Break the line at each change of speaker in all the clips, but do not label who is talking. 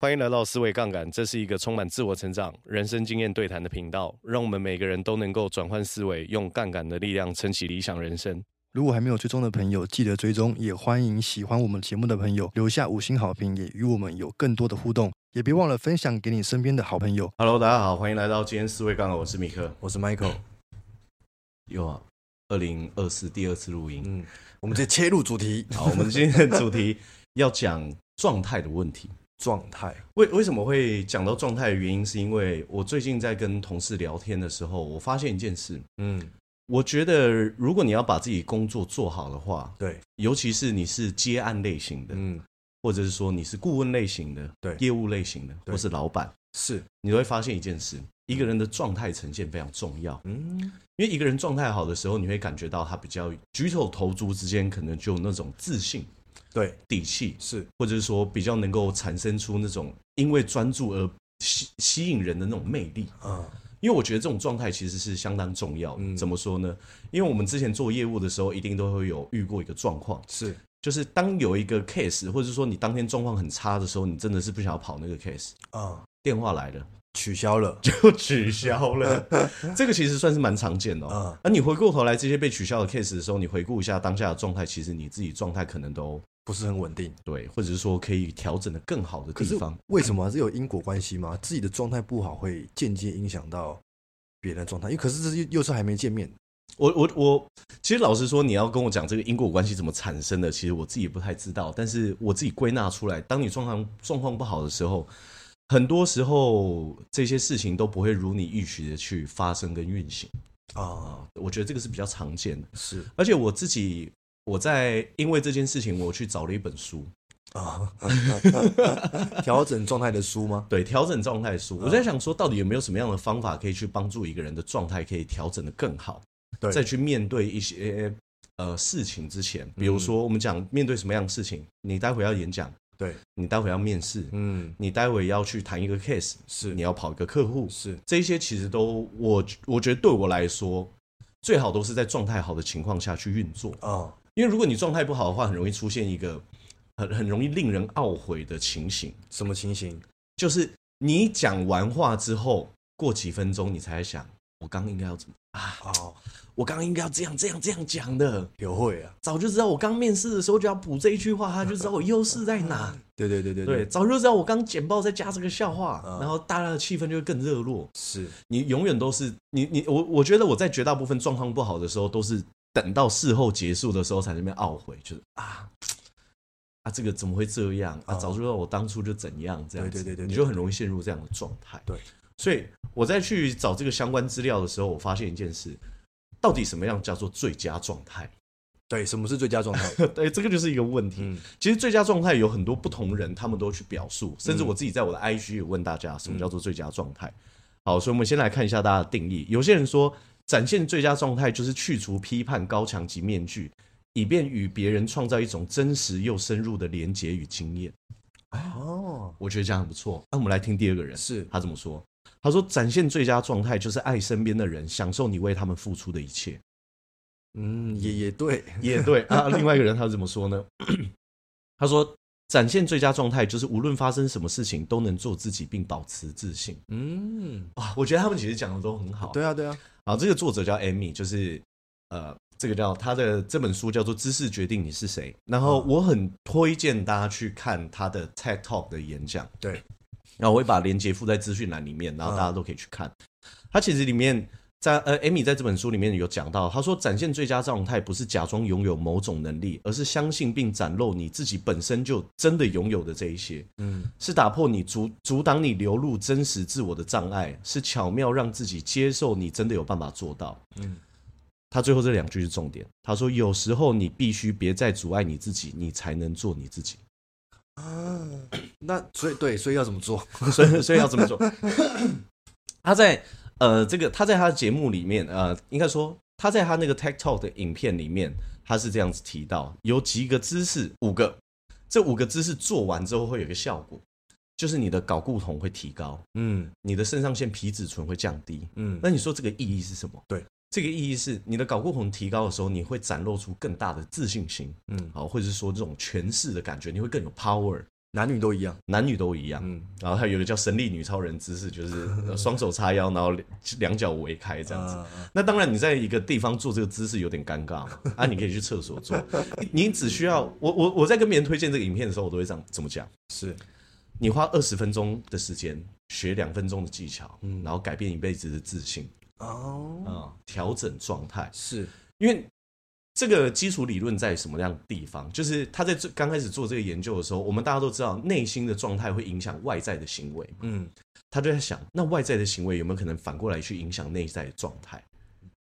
欢迎来到思维杠杆，这是一个充满自我成长、人生经验对谈的频道，让我们每个人都能够转换思维，用杠杆的力量撑起理想人生。
如果还没有追踪的朋友，记得追踪，也欢迎喜欢我们节目的朋友留下五星好评，也与我们有更多的互动，也别忘了分享给你身边的好朋友。
Hello，大家好，欢迎来到今天思维杠杆，我是米克。
我是 Michael，
又啊，二零二四第二次录 音。
嗯，我们直接切入主题，
好，我 们今天的主题要讲状态的问题。
状态，
为为什么会讲到状态的原因，是因为我最近在跟同事聊天的时候，我发现一件事，
嗯，
我觉得如果你要把自己工作做好的话，
对，
尤其是你是接案类型的，
嗯，
或者是说你是顾问类型的、
对
业务类型的，
对
或是老板，
是，
你都会发现一件事：一个人的状态呈现非常重要。
嗯，
因为一个人状态好的时候，你会感觉到他比较举手投足之间，可能就有那种自信、
对，
底气，
是，
或者是说比较能够产生出那种因为专注而吸吸引人的那种魅力。
嗯，
因为我觉得这种状态其实是相当重要的。
嗯
怎么说呢？因为我们之前做业务的时候，一定都会有遇过一个状况，
是，
就是当有一个 case，或者说你当天状况很差的时候，你真的是不想要跑那个 case，
嗯，
电话来了
取消了，
就取消了。 这个其实算是蛮常见的、哦。
嗯
那、你回过头来这些被取消的 case 的时候，你回顾一下当下的状态，其实你自己状态可能都
不是很稳定。
对，或者是说可以调整的更好的
可
地
是
方。
为什么啊、是有因果关系吗？自己的状态不好会间接影响到别人的状态，因为可是这又又是还没见面，
我我我，其实老实说，你要跟我讲这个因果关系怎么产生的，其实我自己也不太知道。但是我自己归纳出来，当你状况状况不好的时候，很多时候这些事情都不会如你预期的去发生跟运行。
啊，
我觉得这个是比较常见的。
是
而且我自己，我在因为这件事情，我去找了一本书，
啊， 调整状态的书吗？
对调整状态书。我
嗯
在想说，到底有没有什么样的方法可以去帮助一个人的状态可以调整的更好？
对
再去面对一些呃事情之前，比
嗯
如说我们讲面对什么样的事情，你待会要演讲，
对，
你待会要面试，
嗯，
你待会要去谈一个 case，
是
你要跑一个客户，
是
这些其实都我我觉得对我来说，最好都是在状态好的情况下去运作，
啊，
因为如果你状态不好的话，很容易出现一个很很容易令人懊悔的情形，
什么情形？
就是你讲完话之后，过几分钟你才在想，我刚应该要怎么，
哦，
我刚应该要这样这样这样讲的，
有会啊，
早就知道我刚面试的时候就要补这一句话，他就知道我优势在哪。
对对对 对
对，，早就知道我刚简报再加这个笑话，
嗯
然后大家的气氛就会更热络。
是
你永远都是你你我，我觉得我在绝大部分状况不好的时候，都是等到事后结束的时候才在那边懊悔，就是啊啊，这个怎么会这样啊？
嗯
早就知道我当初就怎样这样子，
对对对对对
你就很容易陷入这样的状态。
对，
所以我在去找这个相关资料的时候，我发现一件事：到底什么样叫做最佳状态？
对，什么是最佳状态？
对，哎这个就是一个问题。
嗯
其实最佳状态有很多不同人，他们都去表述，甚至我自己在我的 IG 也问大家什么叫做最佳状态。好，所以我们先来看一下大家的定义。有些人说，展现最佳状态就是去除批判、高墙及面具，以便与别人创造一种真实又深入的连结与经验。
哦，
我觉得这样很不错。那我们来听第二个人，
是
他怎么说？他说，展现最佳状态就是爱身边的人，享受你为他们付出的一切。
嗯，也也对，
也对啊。另外一个人他怎么说呢？ 他说：“展现最佳状态就是无论发生什么事情都能做自己，并保持自信。
嗯，”
啊，我觉得他们其实讲的都很好。
对啊对啊，
啊，这个作者叫 Amy，就是呃，这个叫他的这本书叫做《知识决定你是谁》，然后我很推荐大家去看他的 TED Talk 的演讲。
对，
然后我会把链接附在资讯栏里面，然后
嗯
大家都可以去看。他其实里面在呃，Amy 在这本书里面有讲到，他说展现最佳状态不是假装拥有某种能力，而是相信并展露你自己本身就真的拥有的这一些。
嗯，
是打破你阻阻挡你流露真实自我的障碍，是巧妙让自己接受你真的有办法做到。嗯
嗯，
他最后这两句是重点。他说：“有时候你必须别再阻碍你自己，你才能做你自己。
啊那所以对，所以要怎么做？
所以，所以要怎么做？ 他在呃，这个他在他的节目里面，呃，应该说他在他那个 TED Talk 的影片里面，他是这样子提到，有几个姿势，五个，这五个姿势做完之后会有一个效果，就是你的睾固酮会提高。”
嗯
你的肾上腺皮质醇会降低。
嗯，
那你说这个意义是什么？
对，
这个意义是你的睾固酮提高的时候，你会展露出更大的自信心，
嗯
好，或者是说这种权势的感觉，你会更有 power，
男女都一样。
男女都一样。
嗯，
然后他有一个叫神力女超人姿势，就是呃双手叉腰，然后两两脚围开这样子。
啊啊
那当然，你在一个地方做这个姿势有点尴尬嘛，啊，你可以去厕所做。你你只需要我我我在跟别人推荐这个影片的时候，我都会这样怎么讲？
是
你花二十分钟的时间学两分钟的技巧，嗯然后改变一辈子的自信
嗯哦，
啊，调整状态，
是
因为。这个基础理论在什么样地方？就是他在最刚开始做这个研究的时候，我们大家都知道，内心的状态会影响外在的行为。
嗯，
他就在想，那外在的行为有没有可能反过来去影响内在的状态？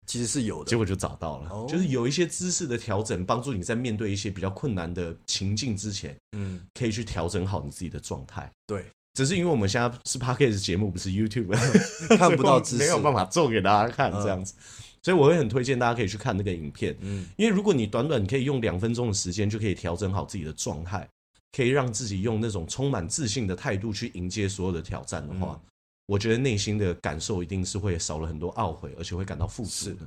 其实是有的
结。果就找到了，
哦
就是有一些姿势的调整，帮助你在面对一些比较困难的情境之前，
嗯，
可以去调整好你自己的状态。
对，
只是因为我们现在是 podcast 节目，不是 YouTube，
看不 到嗯姿势
没有办法做给大家看这样子，所以我会很推荐大家可以去看那个影片，
嗯
因为如果你短短可以用两分钟的时间就可以调整好自己的状态，可以让自己用那种充满自信的态度去迎接所有的挑战的话，我觉得内心的感受一定是会少了很多懊悔，而且会感到富足的。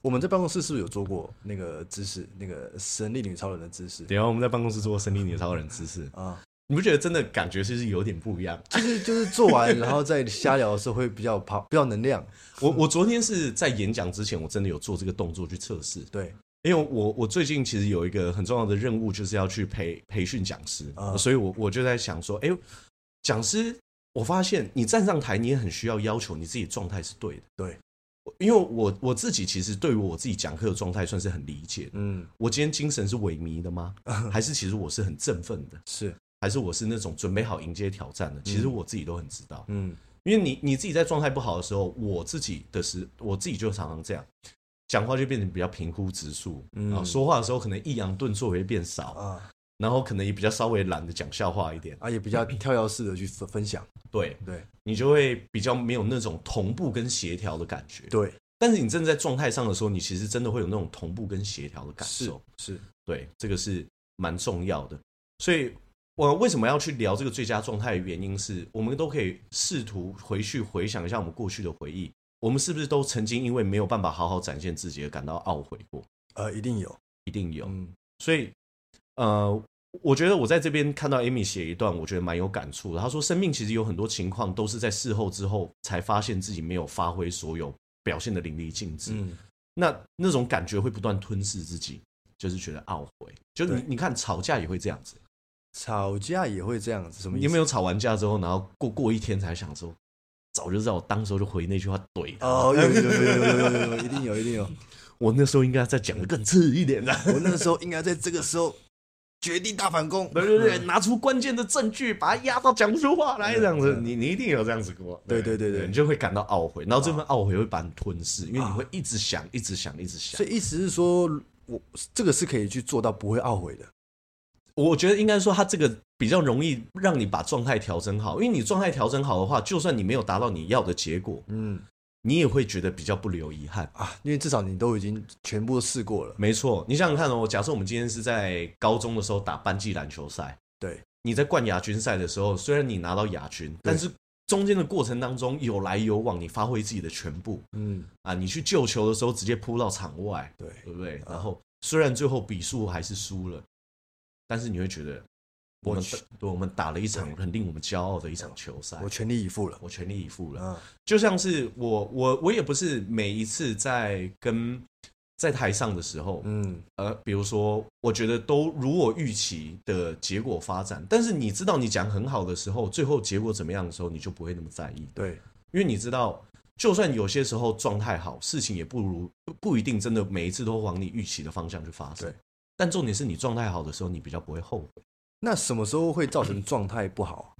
我们在办公室是不是有做过那个姿势，那个神力女超人的姿势？
等一下我们在办公室做过森林里的超人姿势，
啊，
你不觉得真的感觉就是有点不一样？
就是就是做完然后再瞎聊的时候会比较跑，比较能量。
我我昨天是在演讲之前，我真的有做这个动作去测试，
对，
因为我我最近其实有一个很重要的任务，就是要去培培训讲师，
啊
所以我我就在想说，哎、讲师，我发现你站上台，你也很需要要求你自己状态是对的，
对
我，因为我我自己其实对于我自己讲课的状态算是很理解的
嗯，
我今天精神是萎靡的 吗？还是其实我是很振奋的？
是，
还是我是那种准备好迎接挑战的？其实我自己都很知道，
嗯
因为你你自己在状态不好的时候，我自己的时我自己就常常这样，讲话就变得比较平铺直述，
嗯
啊，说话的时候可能抑扬顿挫也会变少，
啊
然后可能也比较稍微懒得讲笑话一点，
啊，也比较跳跃式的去分分享。
对
对
你就会比较没有那种同步跟协调的感觉。
对，
但是你正在状态上的时候，你其实真的会有那种同步跟协调的感
是
受，
是，
对，这个是蛮重要的。所以我为什么要去聊这个最佳状态的原因是，我们都可以试图回去回想一下我们过去的回忆，我们是不是都曾经因为没有办法好好展现自己而感到懊悔过？
呃，一定有。
一定有。
嗯
所以，呃，我觉得我在这边看到 Amy 写一段，我觉得蛮有感触的。她说，生命其实有很多情况都是在事后之后才发现自己没有发挥所有，表现的淋漓尽致。
嗯，
那那种感觉会不断吞噬自己，就是觉得懊悔。就你
对
你看吵架也会这样子，
吵架也会这样子，什么意
你
思？
有没有吵完架之后，然后过过一天才想说，早就知道我当时候就回那句话怼他，
哦，有有有有有有有，一定有一定有。
呃我那时候应该再讲的更刺一点的。
我那个时候应该在这个时候绝地大反 攻。
对对对，拿出关键的证据，把他压到讲不出话来，这样子，你你一定有这样子过，啊
对对对对
你就会感到懊悔，然后这份懊悔会把你吞噬，因为你会一直想，一直想，一直想
所。以意思是说，我这个是可以去做到不会懊悔的。
我觉得应该说，他这个比较容易让你把状态调整好，因为你状态调整好的话，就算你没有达到你要的结果，
嗯
你也会觉得比较不留遗憾。
啊，因为至少你都已经全部都试过了。
没错，你想想看哦，假设我们今天是在高中的时候打班级篮球赛，
对，
你在冠亚军赛的时候，虽然你拿到亚军，但是中间的过程当中有来有往，你发挥自己的全部
嗯，
啊，你去救球的时候直接扑到场外，
对，
对不对？然后虽然最后比数还是输了，但是你会觉得我们打对我们打了一场很令我们骄傲的一场球赛，
我全力以赴了。
我全力以赴了。
嗯
就像是我我我也不是每一次在跟在台上的时候，
嗯，
呃，比如说，我觉得都如我预期的结果发展，但是你知道你讲很好的时候，最后结果怎么样的时候，你就不会那么在意，
对，
因为你知道，就算有些时候状态好，事情也不如不一定真的每一次都往你预期的方向去发生
对。
但重点是你状态好的时候，你比较不会后悔。
那什么时候会造成状态不好？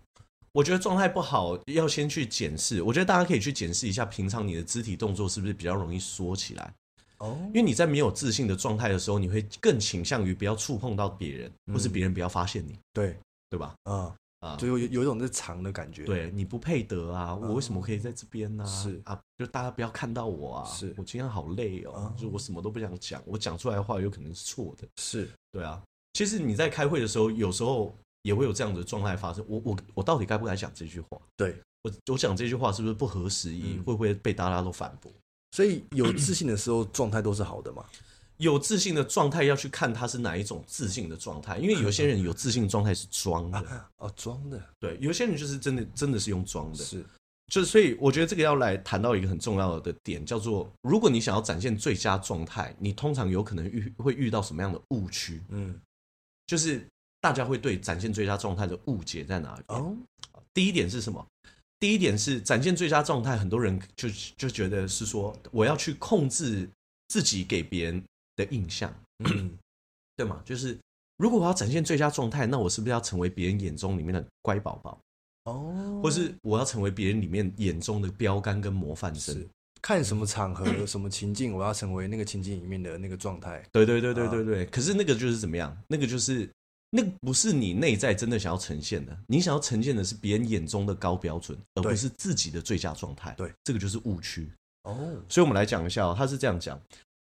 我觉得状态不好要先去检视，我觉得大家可以去检视一下，平常你的肢体动作是不是比较容易缩起来。
哦
因，为你在没有自信的状态的时候，你会更倾向于不要触碰到别人，或是别人不要发现你，
对，
对吧？
啊，
啊，
就有有一种是藏的感觉。，
对，你不配得啊！我为什么可以在这边呢、
嗯是
啊，就大家不要看到我啊！
是
我今天好累哦
啊，
就我什么都不想讲，我讲出来的话有可能是错的。
是，
对啊，其实你在开会的时候，有时候也会有这样的状态发生。我我我到底该不该讲这句话？
对。
我我讲这句话是不是不合时宜？
嗯
会不会被大家都反驳？
所以有自信的时候，状态都是好的嘛。
有自信的状态要去看他是哪一种自信的状态，因为有些人有自信的状态是装 的，
哦，装的
对，有些人就是真的真的是用装的，
是
就是所以我觉得这个要来谈到一个很重要的点，叫做如果你想要展现最佳状态，你通常有可能遇会遇到什么样的误区？
嗯
就是大家会对展现最佳状态的误解在哪里？
哦
第一点是什么？第一点是展现最佳状态，很多人就就觉得是说我要去控制自己给别人的印象，
嗯
对吗？就是如果我要展现最佳状态，那我是不是要成为别人眼中里面的乖宝宝，
哦，
或是我要成为别人里面眼中的标杆跟模范生
是？嗯看什么场合、什么情境，我要成为那个情境里面的那个状态。
对对对
啊
对对对。可是那个就是怎么样？那个就是那个不是你内在真的想要呈现的，你想要呈现的是别人眼中的高标准，而不
对
是自己的最佳状态。
对，
这个就是误区。
哦，
所以我们来讲一下、哦，他是这样讲，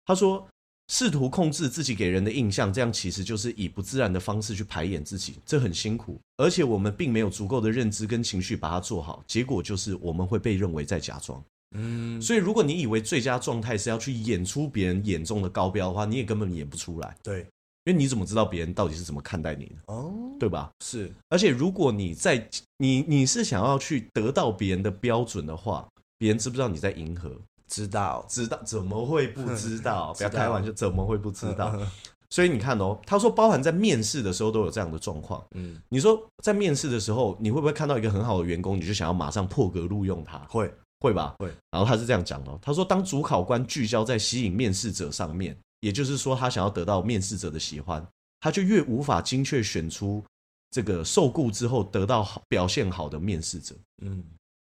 他说。试图控制自己给人的印象，这样其实就是以不自然的方式去排演自己，这很辛苦。而且我们并没有足够的认知跟情绪把它做好，结果就是我们会被认为在假装。
嗯，
所以，如果你以为最佳状态是要去演出别人眼中的高标的话，你也根本演不出来。
对，
因为你怎么知道别人到底是怎么看待你的，
哦，
对吧？
是
而且如果你在你你是想要去得到别人的标准的话，别人知不知道你在迎合？
知道，
知道怎么会不知道？不要
知道
开玩笑，怎么会不知道？
嗯
所以你看哦，他说包含在面试的时候都有这样的状况。
嗯，
你说在面试的时候，你会不会看到一个很好的员工，你就想要马上破格录用他？
会，
会吧？
会。
然后他是这样讲的哦，他说当主考官聚焦在吸引面试者上面，也就是说他想要得到面试者的喜欢，他就越无法精确选出这个受雇之后得到好表现好的面试者，
嗯，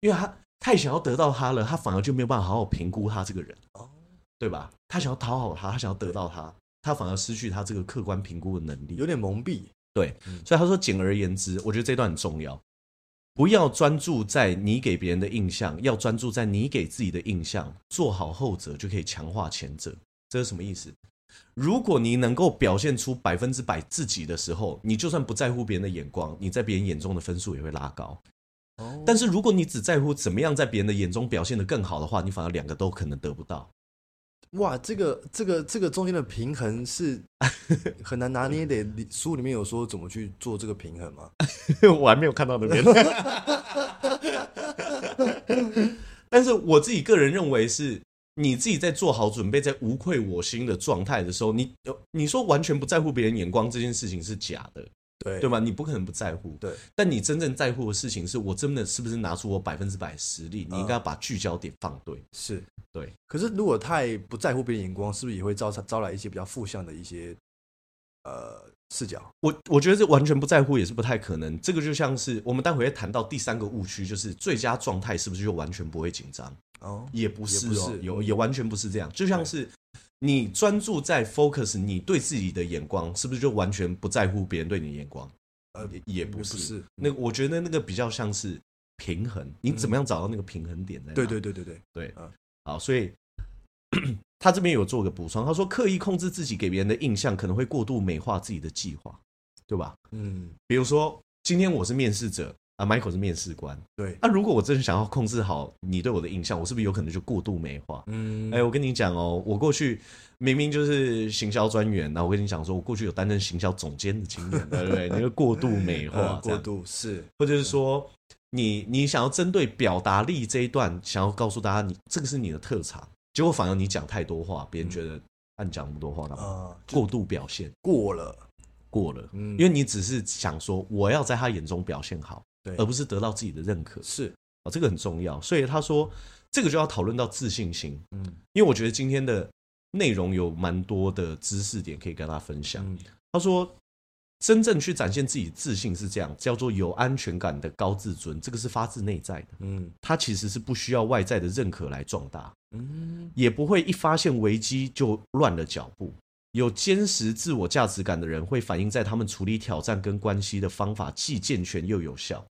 因为他太想要得到他了，他反而就没有办法好好评估他这个人，
哦，
对吧？他想要讨好他，他想要得到他，他反而失去他这个客观评估的能力
有。点蒙蔽，
对，所以他说，简而言之，我觉得这段很重要。不要专注在你给别人的印象，要专注在你给自己的印象。做好后者就可以强化前者，这是什么意思？如果你能够表现出百分之百自己的时候，你就算不在乎别人的眼光，你在别人眼中的分数也会拉高。
哦，
但是如果你只在乎怎么样在别人的眼中表现得更好的话，你反而两个都可能得不到。
哇，这个这个这个中间的平衡是 很难拿捏的。你书里面有说怎么去做这个平衡 吗？
我还没有看到那边。但是我自己个人认为是，你自己在做好准备，在无愧我心的状态的时候，你呃你说完全不在乎别人眼光这件事情是假的，
对
对吗？你不可能不在乎。
对，
但你真正在乎的事情是我真的是不是拿出我百分之百实力？你应该
嗯
把聚焦点放对。
是，
对。
可是如果太不在乎别人眼光，是不是也会招招来一些比较负向的一些呃视角？
我我觉得这完全不在乎也是不太可能。这个就像是我们待会会谈到第三个误区，就是最佳状态是不是就完全不会紧张？
哦，
也不是、哦，
也不是
有
嗯
也完全不是这样，就像是你专注在 focus 你对自己的眼光，是不是就完全不在乎别人对你的眼光？
呃，
也也不是，
不是
那个我觉得那个比较像是平衡，你怎么样找到那个平衡点在哪？
嗯对对对对对，
对
嗯，
好，所以。 他这边有做个补充，他说刻意控制自己给别人的印象，可能会过度美化自己的计划，对吧？
嗯，
比如说，今天我是面试者啊，Michael 是面试官，
对，
那、如果我真的想要控制好你对我的印象，我是不是有可能就过度美化？
嗯
哎、，我跟你讲哦，我过去明明就是行销专员，然后我跟你讲说，我过去有担任行销总监的经验，对不对？你就过度 美化、
呃
这
过
样，
度嗯是
或者是说，你你想要针对表达力这一段，想要告诉大家你这个是你的特长，结果反而你讲太多话，
嗯
别人觉得、啊你讲那么多话干嘛？
啊，就
哦过度表现
过了，
过了，
嗯，
因为你只是想说我要在他眼中表现好，
对
而不是得到自己的认可。
是，
啊，这个很重要。所以他说，这个就要讨论到自信心，
嗯
因为我觉得今天的内容有蛮多的知识点可以跟大家分享。
嗯
他说，真正去展现自己自信是这样，叫做有安全感的高自尊，这个是发自内在的，
嗯
它其实是不需要外在的认可来壮大，
嗯，
也不会一发现危机就乱了脚步。有坚实自我价值感的人，会反映在他们处理挑战跟关系的方法既健全又有效，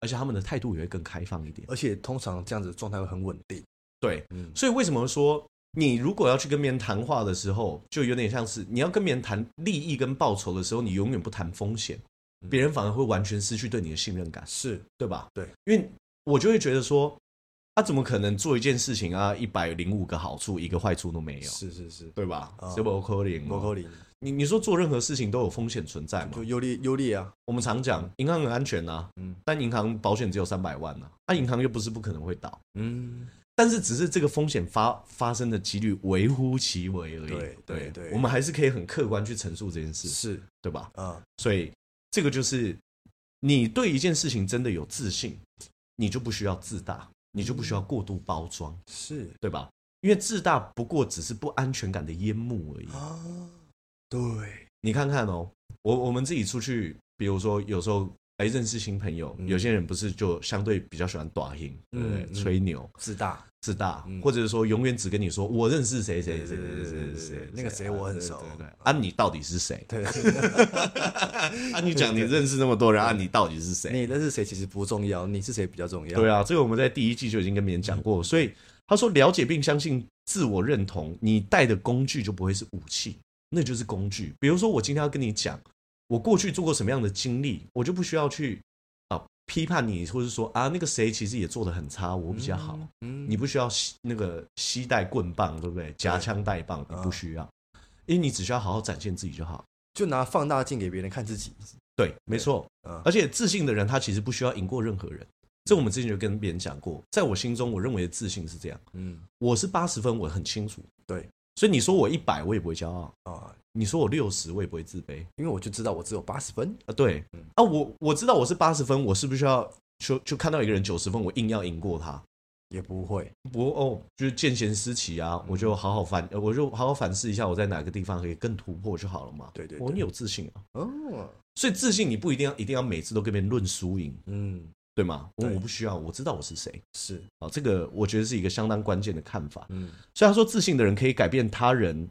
而且他们的态度也会更开放一点。
而且通常这样子的状态会很稳定，
对，
嗯
所以为什么说你如果要去跟别人谈话的时候，就有点像是你要跟别人谈利益跟报酬的时候，你永远不谈风险，
嗯
别人反而会完全失去对你的信任感，
是，
对吧？
对，
因为我就会觉得说，他怎么可能做一件事情啊，一百零五个好处，一个坏处都没有，
是是是，
对吧
哦？
这不可能
摩
嘛
扣零
你你说做任何事情都有风险存在嘛？
嗯就优劣优劣啊，
我们常讲银行很安全呐、啊
嗯
但银行保险只有三百万呐、那、银行又不是不可能会倒，
嗯，
但是只是这个风险发发生的几率微乎其微而已。
对对对
我们还是可以很客观去陈述这件事，
是
对吧？
啊，
所以这个就是你对一件事情真的有自信，你就不需要自大，你就不需要过度包装，
是
对吧？因为自大不过只是不安全感的淹没而已。
啊，对，
你看看哦，我我们自己出去，比如说有时候哎认识新朋友，
嗯
有些人不是就相对比较喜欢短音，对不对？
嗯嗯
吹牛、
自大，
自大，
嗯
或者说永远只跟你说我认识谁谁谁
对
谁
对对对
谁
对
谁
对，那个谁我很熟
对对对，啊你到底是 谁？
对，
啊你讲你认识那么多人，啊你到底是谁？
你认识谁其实不重要，你是谁比较重要，
对啊，这个我们在第一季就已经跟别人讲过，
嗯
所以他说了解并相信自我认同，你带的工具就不会是武器，那就是工具。比如说我今天要跟你讲我过去做过什么样的经历，我就不需要去啊、批判你，或者说啊那个谁其实也做的很差，我比较好。
嗯，
你不需要吸那个携带棍棒，对不啊对？夹枪带棒，你不需要，因为你只需要好好展现自己就好。
就拿放大镜给别人看自己，
对，啊没错。
嗯
而且自信的人，他其实不需要赢过任何人。这我们之前就跟别人讲过，在我心中，我认为的自信是这样：
嗯
我是八十分，我很清楚。
对，
所以你说我一百，我也不会骄傲；
啊，
你说我六十，我也不会自卑
因为我就知道我只有八十分，
啊。对啊，我我知道我是八十分，我是不是要就就看到一个人九十分，我硬要赢过他？
也不会，
不哦，就是见贤思齐啊，
嗯
我就好好反，呃我就好好反思一下，我在哪个地方可以更突破就好了嘛。
对对对
我很有自信啊，
哦，
所以自信你不一定要一定要每次都跟别人论输赢，
嗯，
对吗？我
对
我不需要，我知道我是谁
是，
啊，这个我觉得是一个相当关键的看法。
嗯
所以他说，自信的人可以改变他人，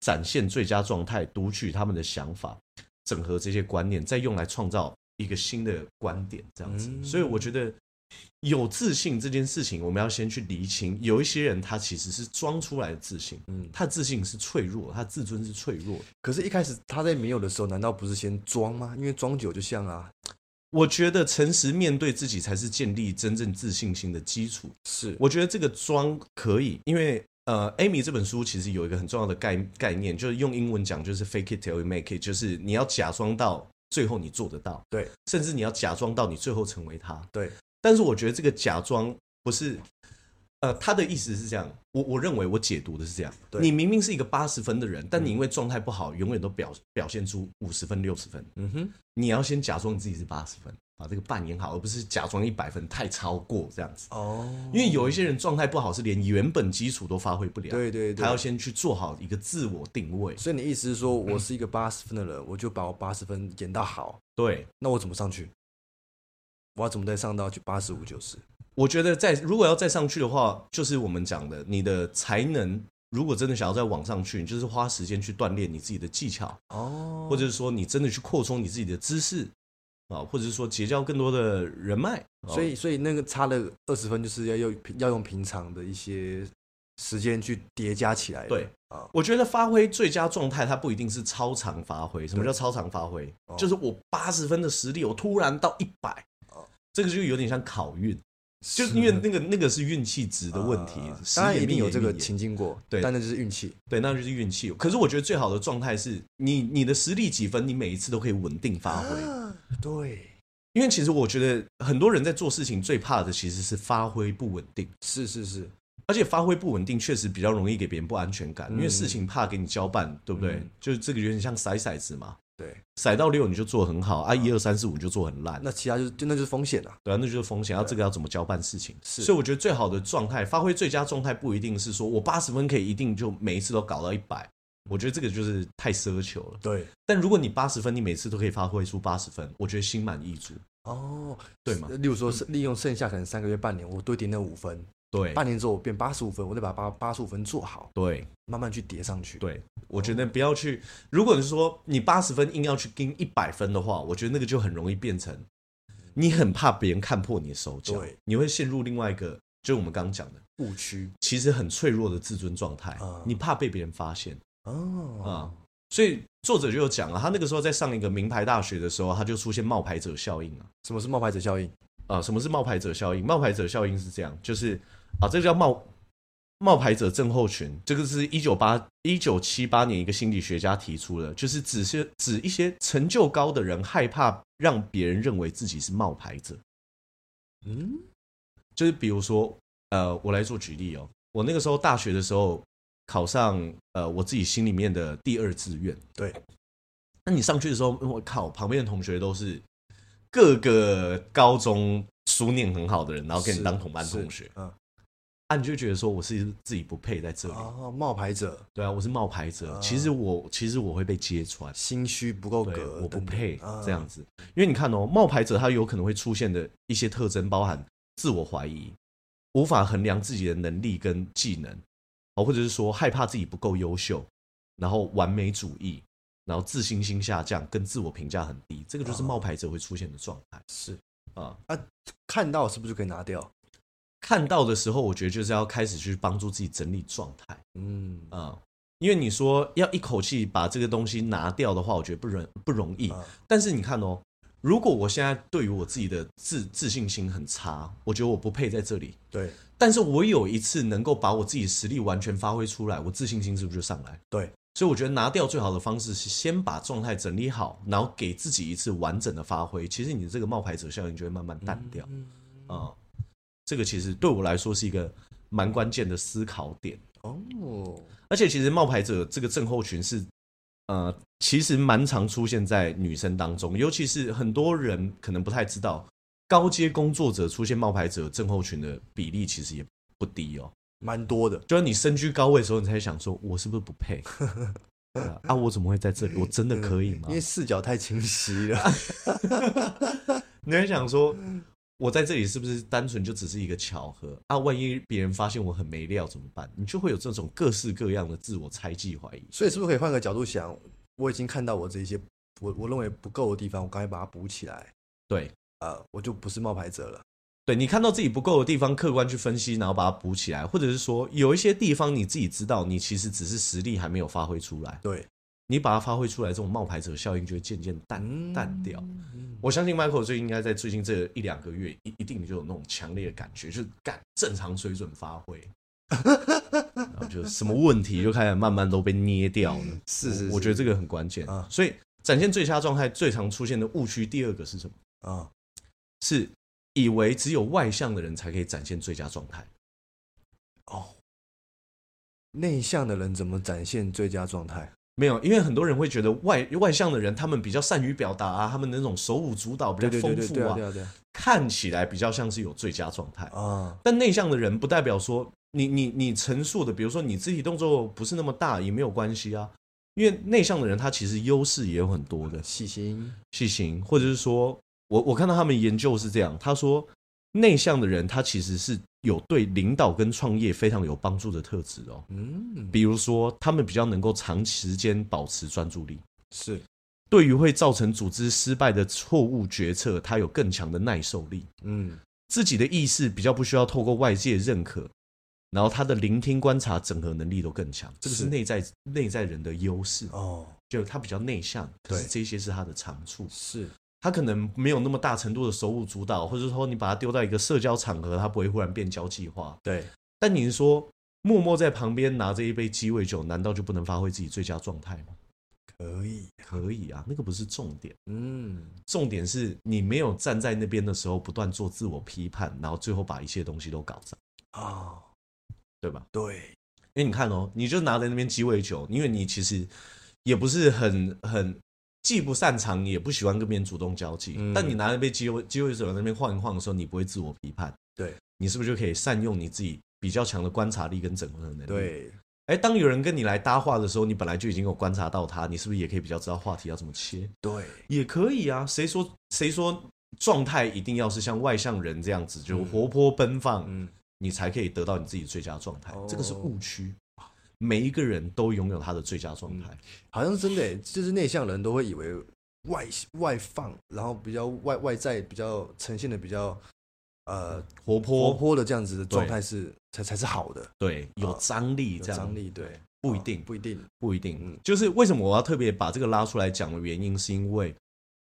展现最佳状态，读取他们的想法，整合这些观念，再用来创造一个新的观点，这样子。
嗯
所以我觉得有自信这件事情，我们要先去厘清。有一些人他其实是装出来的自信，
嗯，
他的自信是脆弱，他自尊是脆弱的。
可是，一开始他在没有的时候，难道不是先装吗？因为装久就像啊，
我觉得诚实面对自己才是建立真正自信心的基础。
是
我觉得这个装可以，因为呃，Amy 这本书其实有一个很重要的概概念，就是用英文讲就是 fake it till you make it，就是你要假装到最后你做得到，
对，
甚至你要假装到你最后成为他。
对，
但是我觉得这个假装不是。呃，他的意思是这样，我我认为我解读的是这样，
对嗯
你明明是一个八十分的人，但你因为状态不好，永远都表表现出五十分、六十分，
嗯哼，
你要先假装你自己是八十分，把这个扮演好，而不是假装一百分太超过这样子。
哦，
因为有一些人状态不好，是连原本基础都发挥不了。
对对对
他要先去做好一个自我定位。
所以你意思是说我是一个八十分的人，我就把我八十分演到好，
对，
那我怎么上去？我要怎么再上到去八十五、九十？
我觉得在如果要再上去的话，就是我们讲的，你的才能如果真的想要再往上去，你就是花时间去锻炼你自己的技巧，
哦
或者是说你真的去扩充你自己的知识啊，或者是说结交更多的人脉。啊
所以所以那个差了二十分，就是要用要用平常的一些时间去叠加起来的。
对
啊，
我觉得发挥最佳状态，它不一定是超常发挥。什么叫超常发挥？就是我八十分的实力，我突然到一百
哦，
这个就有点像考运，就是因为那个那个是运气值的问题
啊，
时
当然
也
一定
命
有
也
这
命
个
也
情境过，
对
但那就是运气。
对，那就是运气。可是我觉得最好的状态是你你的实力几分，你每一次都可以稳定发挥。
啊对，
因为其实我觉得很多人在做事情最怕的其实是发挥不稳定。
是是是，
而且发挥不稳定，确实比较容易给别人不安全感，
嗯
因为事情怕给你交办，对不对？
嗯
就是这个有点像骰骰子嘛，
对，
骰到六你就做得很好，啊，一二三四五就做得很烂，
那其他就是就那就是风险啊。
对啊，那就是风险。要这个要怎么交办事情？
是
所以我觉得最好的状态，发挥最佳状态，不一定是说我八十分可以一定就每一次都搞到一百，我觉得这个就是太奢求了。
对，
但如果你八十分，你每次都可以发挥出八十分，我觉得心满意足，
哦，
对嗯吗？
例如说是利用剩下可能三个月、半年，我多点那五分，
对
半年之后我变八十五分，我再把八八十五分做好，
对
慢慢去叠上去。，
对，我觉得不要去。如果你说你八十分硬要去盯一百分的话，我觉得那个就很容易变成你很怕别人看破你的手脚
对，
你会陷入另外一个，就是我们刚刚讲的，
误区
其实很脆弱的自尊状态
啊，
你怕被别人发现。啊
哦，，
所以作者就有讲啊，他那个时候在上一个名牌大学的时候，他就出现冒牌者效应啊。
什么是冒牌者效应？
啊，什么是冒牌者效应？冒牌者效应是这样，就是啊，这个叫冒冒牌者症候群，这个是一九八一九七八年一个心理学家提出的，就是指些指一些成就高的人害怕让别人认为自己是冒牌者，
嗯，
就是比如说，呃，我来做举例哦，我那个时候大学的时候考上呃我自己心里面的第二志愿，
对，
那你上去的时候，我靠，旁边的同学都是各个高中书念很好的人，然后跟你
是
当同班同学，，
嗯，
啊，你就觉得说我是自己不配在这里，
哦，冒牌者
对啊，我是冒牌者，其实我其实我会被揭穿，
心虚不够
对
格，，
我不
等等
配
啊
这样子，因为你看哦，冒牌者他有可能会出现的一些特征包含自我怀疑，无法衡量自己的能力跟技能，哦，或者是说害怕自己不够优秀，然后完美主义。然后自信心下降，跟自我评价很低，这个就是
啊
冒牌者会出现的状态
是
啊。
看到是不是就可以拿掉？
看到的时候，我觉得就是要开始去帮助自己整理状态。
嗯，
啊、因为你说要一口气把这个东西拿掉的话，我觉得不容不容易。
啊
但是你看哦，如果我现在对于我自己的自自信心很差，我觉得我不配在这里。
对
但是我有一次能够把我自己实力完全发挥出来，我自信心是不是就上来？
对，
所以我觉得拿掉最好的方式是先把状态整理好，然后给自己一次完整的发挥。其实你这个冒牌者效应就会慢慢淡掉。
嗯
啊、这个其实对我来说是一个蛮关键的思考点。
哦，
而且其实冒牌者这个症候群是，呃，其实蛮常出现在女生当中，尤其是很多人可能不太知道，高阶工作者出现冒牌者症候群的比例其实也不低哦。
蛮多的，
就是你身居高位的时候，你才想说，我是不是不配？对啊，啊我怎么会在这里？我真的可 以吗
因？为视角太清晰了。
你会想说，我在这里是不是单纯就只是一个巧合啊？万一别人发现我很没料怎么办？你就会有这种各式各样的自我猜忌、怀疑。
所以是不是可以换个角度想？我已经看到我这一些我我认为不够的地方，我赶快把它补起来，
对，
呃，我就不是冒牌者了。
对你看到自己不够的地方，客观去分析，然后把它补起来，或者是说有一些地方你自己知道，你其实只是实力还没有发挥出来，
对，
你把它发挥出来，这种冒牌者效应就会渐渐淡
嗯
淡掉。我相信 Michael 最近应该在最近这一两个月，一一定就有那种强烈的感觉，就是干正常水准发挥， 然后就什么问题就开始慢慢都被捏掉了。
是是
我我觉得这个很关键
啊
所以展现最佳状态最常出现的误区，第二个是什么？
啊，
是以为只有外向的人才可以展现最佳状态。
内向的人怎么展现最佳状态？
没有，因为很多人会觉得外外向的人，他们比较善于表达啊，他们那种手舞足蹈比
对
较
对
丰
对对
富
对啊
啊
对，啊对啊
看起来比较像是有最佳状态。
啊！
但内向的人不代表说你你你陈述的，比如说你肢体动作不是那么大也没有关系啊，因为内向的人他其实优势也有很多的
细心
细心，或者是说我我看到他们研究是这样，他说内向的人他其实是有对领导跟创业非常有帮助的特质哦。
嗯，
比如说，他们比较能够长时间保持专注力，
是
对于会造成组织失败的错误决策，他有更强的耐受力，
嗯
自己的意识比较不需要透过外界认可，然后他的聆听、观察、整合能力都更强，这个是
是
内在内在人的优势，
哦
就他比较内向，可是
对
这些是他的长处。
是
他可能没有那么大程度的手舞足蹈，或者说你把他丢到一个社交场合，他不会忽然变交际化。
对
但你是说默默在旁边拿着一杯鸡尾酒，难道就不能发挥自己最佳状态吗？
可以
可以啊，那个不是重点，
嗯
重点是你没有站在那边的时候，不断做自我批判，然后最后把一切东西都搞砸，
啊
对吧？
对
因为你看哦，你就拿着那边鸡尾酒，因为你其实也不是很很。既不擅长，也不喜欢跟别人主动交际，
嗯
但你拿那杯鸡尾鸡尾酒在那边晃一晃的时候，你不会自我批判，
对
你是不是就可以善用你自己比较强的观察力跟整合能力？，
对
哎，当有人跟你来搭话的时候，你本来就已经有观察到他，你是不是也可以比较知道话题要怎么切？
对
也可以啊，谁说谁说状态一定要是像外向人这样子，就活泼奔放，
嗯
你才可以得到你自己最佳状态？
哦
这个是误区。每一个人都拥有他的最佳状态，
好像真的欸就是内向人都会以为外外放，然后比较外外在比较呈现的比较呃
活
活
泼，
泼的这样子的状
对
态是才才是好的，
对，有
啊
张力，
有
这样
张力对
不一
啊
定
不一定
不一定
嗯。
就是为什么我要特别把这个拉出来讲的原因，是因为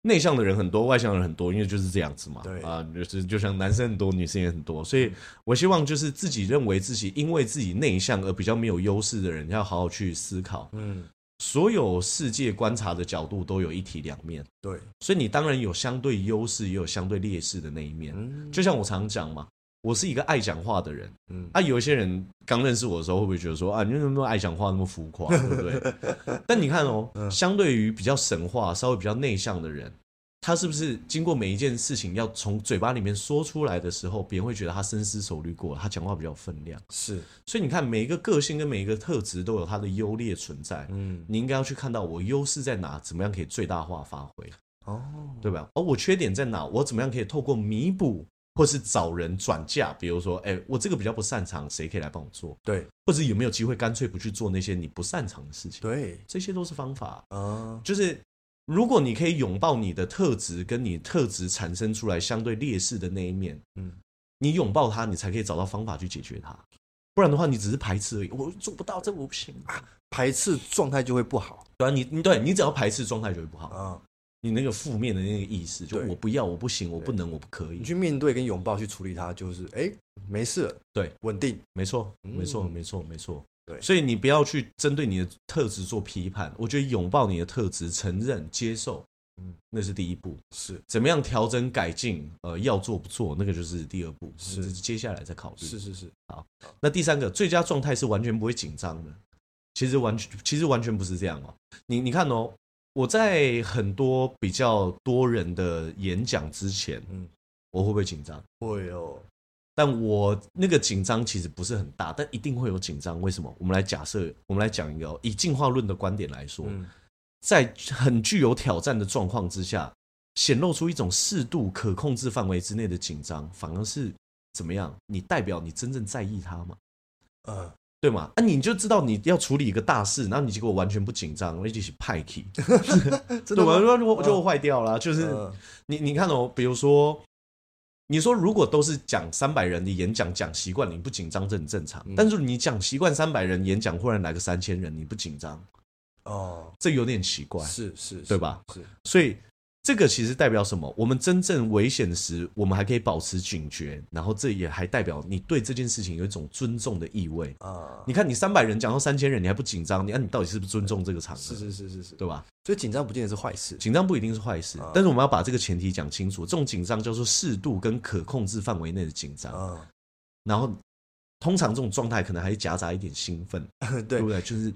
内向的人很多，外向的人很多，因为就是这样子嘛。
对嗯
啊，就是就像男生很多，女生也很多，所以我希望就是自己认为自己因为自己内向而比较没有优势的人，要好好去思考，
嗯，
所有世界观察的角度都有一体两面，
对，
所以你当然有相对优势，也有相对劣势的那一面。
嗯，
就像我常讲嘛，我是一个爱讲话的人，
嗯
啊，有一些人刚认识我的时候，会不会觉得说啊，你怎么那么爱讲话，那么浮夸，对不对？但你看哦，相对于比较神话、稍微比较内向的人，他是不是经过每一件事情要从嘴巴里面说出来的时候，别人会觉得他深思熟虑过了，他讲话比较有分量。
是，
所以你看，每一个个性跟每一个特质都有它的优劣存在。
嗯，
你应该要去看到我优势在哪，怎么样可以最大化发挥，
哦，
对吧？而、我缺点在哪，我怎么样可以透过弥补，或是找人转嫁，比如说，哎、我这个比较不擅长，谁可以来帮我做？
对
或者有没有机会干脆不去做那些你不擅长的事情？
对
这些都是方法。
啊，
就是如果你可以拥抱你的特质，跟你特质产生出来相对劣势的那一面，
嗯
嗯，你拥抱它，你才可以找到方法去解决它。不然的话，你只是排斥而已。我做不到，这我不行。
排斥状态就会不好
对啊，你你对你只要排斥，状态就会不好。
啊，
你那个负面的那个意识，就
对
我不要，我不行，我不能，我不可以
你。去面对跟拥抱去处理它，就是哎，没事了，
对，
稳定，
没错，
嗯
没错，没错，没错。
对
所以你不要去针对你的特质做批判，我觉得拥抱你的特质，承认、接受，
嗯
那是第一步。
是
怎么样调整、改进，呃，要做不做，那个就是第二步，
是
这接下来再考虑。
是是是，
那第三个，最佳状态是完全不会紧张的。其实完全，其实完全不是这样哦。你你看哦，我在很多比较多人的演讲之前，
嗯
嗯，我会不会紧张？
会哦，
但我那个紧张其实不是很大，但一定会有紧张。为什么？我们来假设，我们来讲一个、哦、以进化论的观点来说，
嗯，
在很具有挑战的状况之下，显露出一种适度可控制范围之内的紧张，反而是怎么样？你代表你真正在意它吗？
嗯，
对吗？啊，你就知道你要处理一个大事，然后你结果完全不紧张，一起派 key，
真
对
的
我
吗？
就就就坏掉了。啊就是
嗯
你你看哦，比如说，你说如果都是讲三百人的演讲讲习惯，你不紧张这很正
嗯
常。但是你讲习惯三百人演讲，忽然来个三千人，你不紧张，
哦，
这有点奇怪。
是是，
对吧
是？是，
所以这个其实代表什么？我们真正危险时，我们还可以保持警觉，然后这也还代表你对这件事情有一种尊重的意味。
啊，
你看，你三百人讲到三千人，你还不紧张？你看、你到底是不是尊重这个场合？
是是是是是，
对吧？
所以紧张不见得是坏事，
紧张不一定是坏
啊
事，但是我们要把这个前提讲清楚。这种紧张叫做适度跟可控制范围内的紧张。
啊，
然后通常这种状态可能还夹杂一点兴奋，对
对
不。对？就是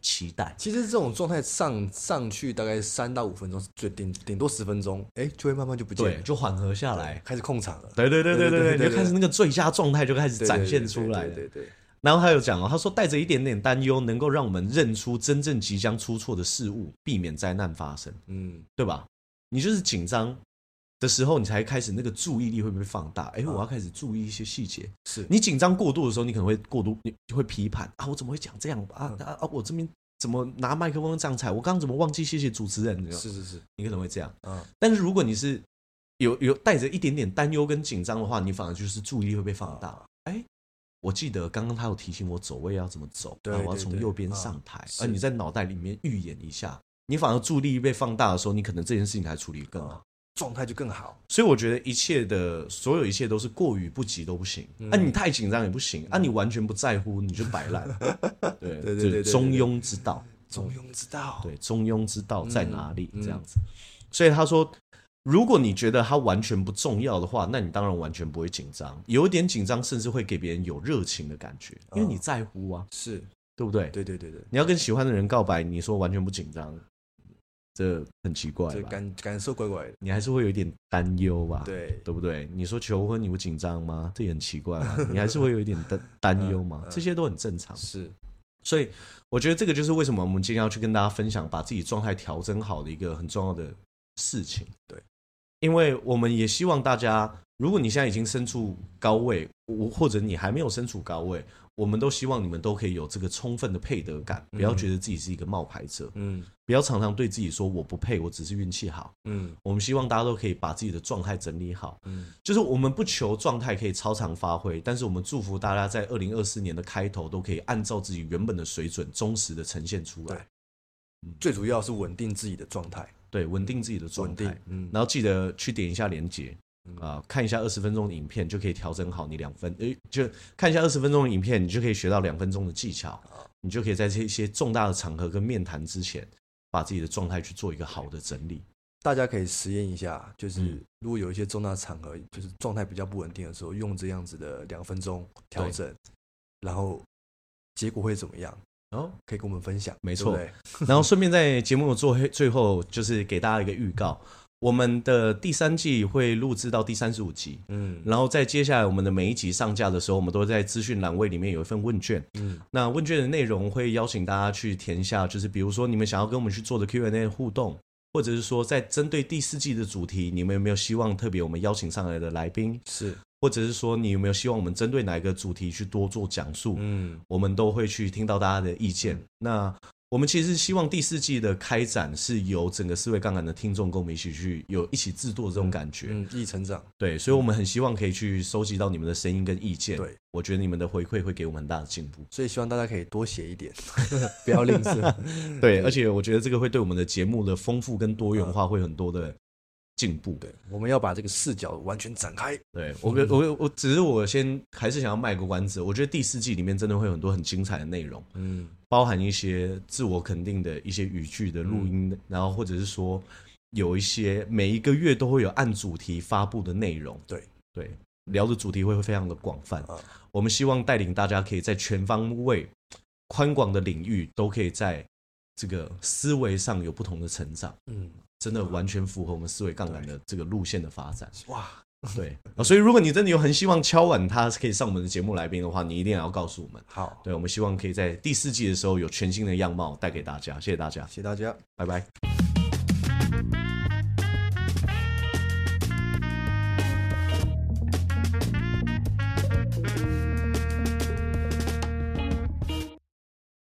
期待。
其实这种状态上上去大概三到五分钟，最顶顶多十分钟，哎，就会慢慢就不见
对，
了，
就缓和下来。
开始控场了，
对对对对
对对
对
对
对，就开始那个最佳状态就开始
对
展
对
现
对
出来
对
了。
对对，
然后他有讲哦，他说带着一点点担忧，能够让我们认出真正即将出错的事物，避免灾难发生，
嗯，
对吧？你就是紧张的时候，你才开始那个注意力会不会放大？
啊
哎，我要开始注意一些细节。
是
你紧张过度的时候，你可能会过度，你会批判啊，我怎么会讲这样啊
嗯
啊啊！我这边怎么拿麦克风这样踩？我刚刚怎么忘记谢谢主持人？你知道吗
是是是，
你可能会这样。
嗯
但是如果你是有有带着一点点担忧跟紧张的话，你反而就是注意力会被放大。
嗯
哎、我记得刚刚他有提醒我走位要怎么走，
对
啊我要
对
从
对
右边
啊
上台，
是
而你在脑袋里面预演一下，你反而注意力被放大的时候，你可能这件事情还处理得更好。
状态就更好，
所以我觉得一切的所有一切都是过于不及都不行，
嗯
啊，你太紧张也不行，啊，你完全不在乎你就摆烂， 对
对对
这
对对对
中庸之道，
中庸之道，
嗯对中庸之道在哪里
嗯
这样子。所以他说，如果你觉得它完全不重要的话，那你当然完全不会紧张，有一点紧张甚至会给别人有热情的感觉，因为你在乎啊，
是，
对不对？
嗯对对对对，
你要跟喜欢的人告白，你说完全不紧张，这很奇怪
这
吧？啊
感感受怪怪的，
你还是会有一点担忧吧？。
对，
对不对？你说求婚你不紧张吗？这也很奇怪嘛，啊你还是会有一点担担忧嘛，这些都很正常。
是，
所以我觉得这个就是为什么我们今天要去跟大家分享把自己状态调整好的一个很重要的事情。
对，
因为我们也希望大家，如果你现在已经身处高位，我或者你还没有身处高位，我们都希望你们都可以有这个充分的配得感，不要觉得自己是一个冒牌者，
嗯
不要常常对自己说我不配，我只是运气好。
嗯
我们希望大家都可以把自己的状态整理好，
嗯，
就是我们不求状态可以超常发挥，但是我们祝福大家在二零二四年的开头都可以按照自己原本的水准，忠实的呈现出来
对。最主要是稳定自己的状态，
对，稳定自己的嗯状
稳定
态，，
嗯，
然后记得去点一下连接。啊、看一下二十分钟的影片，就可以调整好你两分，诶、就看一下二十分钟的影片，你就可以学到两分钟的技巧，你就可以在这些重大的场合跟面谈之前，把自己的状态去做一个好的整理。
大家可以实验一下，就是
嗯
如果有一些重大场合，就是状态比较不稳定的时候，用这样子的两分钟调
对
整，然后结果会怎么样？
哦，
可以跟我们分享，
没
对不
错
对
然后顺便在节目的最最后，就是给大家一个预告，我们的第三季会录制到第三十五集，
嗯
然后在接下来我们的每一集上架的时候，我们都会在资讯栏位里面有一份问卷。
嗯，
那问卷的内容会邀请大家去填一下，就是比如说你们想要跟我们去做的 Q&A 互动，或者是说在针对第四季的主题，你们有没有希望特别我们邀请上来的来宾，
是，
或者是说你有没有希望我们针对哪一个主题去多做讲述？
嗯
我们都会去听到大家的意见。那我们其实希望第四季的开展是由整个思维杠杆的听众跟我们一起去有一起制作这种感觉，
嗯，易成长，
对，所以我们很希望可以去收集到你们的声音跟意见。
对，
我觉得你们的回馈会给我们很大的进步。
所以希望大家可以多写 一点，不要吝啬。
对，而且我觉得这个会对我们的节目的丰富跟多元化会很多的进步。
对，我们要把这个视角完全展开。
对我跟，我我只是我先还是想要卖个关子，我觉得第四季里面真的会有很多很精彩的内容，
嗯，
包含一些自我肯定的一些语句的录音，
嗯
然后或者是说有一些每一个月都会有按主题发布的内容。
对
对，聊的主题会非常的广泛。
啊
我们希望带领大家可以在全方位、宽广的领域都可以在这个思维上有不同的成长。
嗯，
真的完全符合我们思维杠杆的这个路线的发展。
哇，
对， 啊所以如果你真的有很希望敲碗他可以上我们的节目来宾的话，你一定要告诉我们。
好，
对，我们希望可以在第四季的时候有全新的样貌带给大家。谢谢大家，
谢谢大家。
拜拜。
thank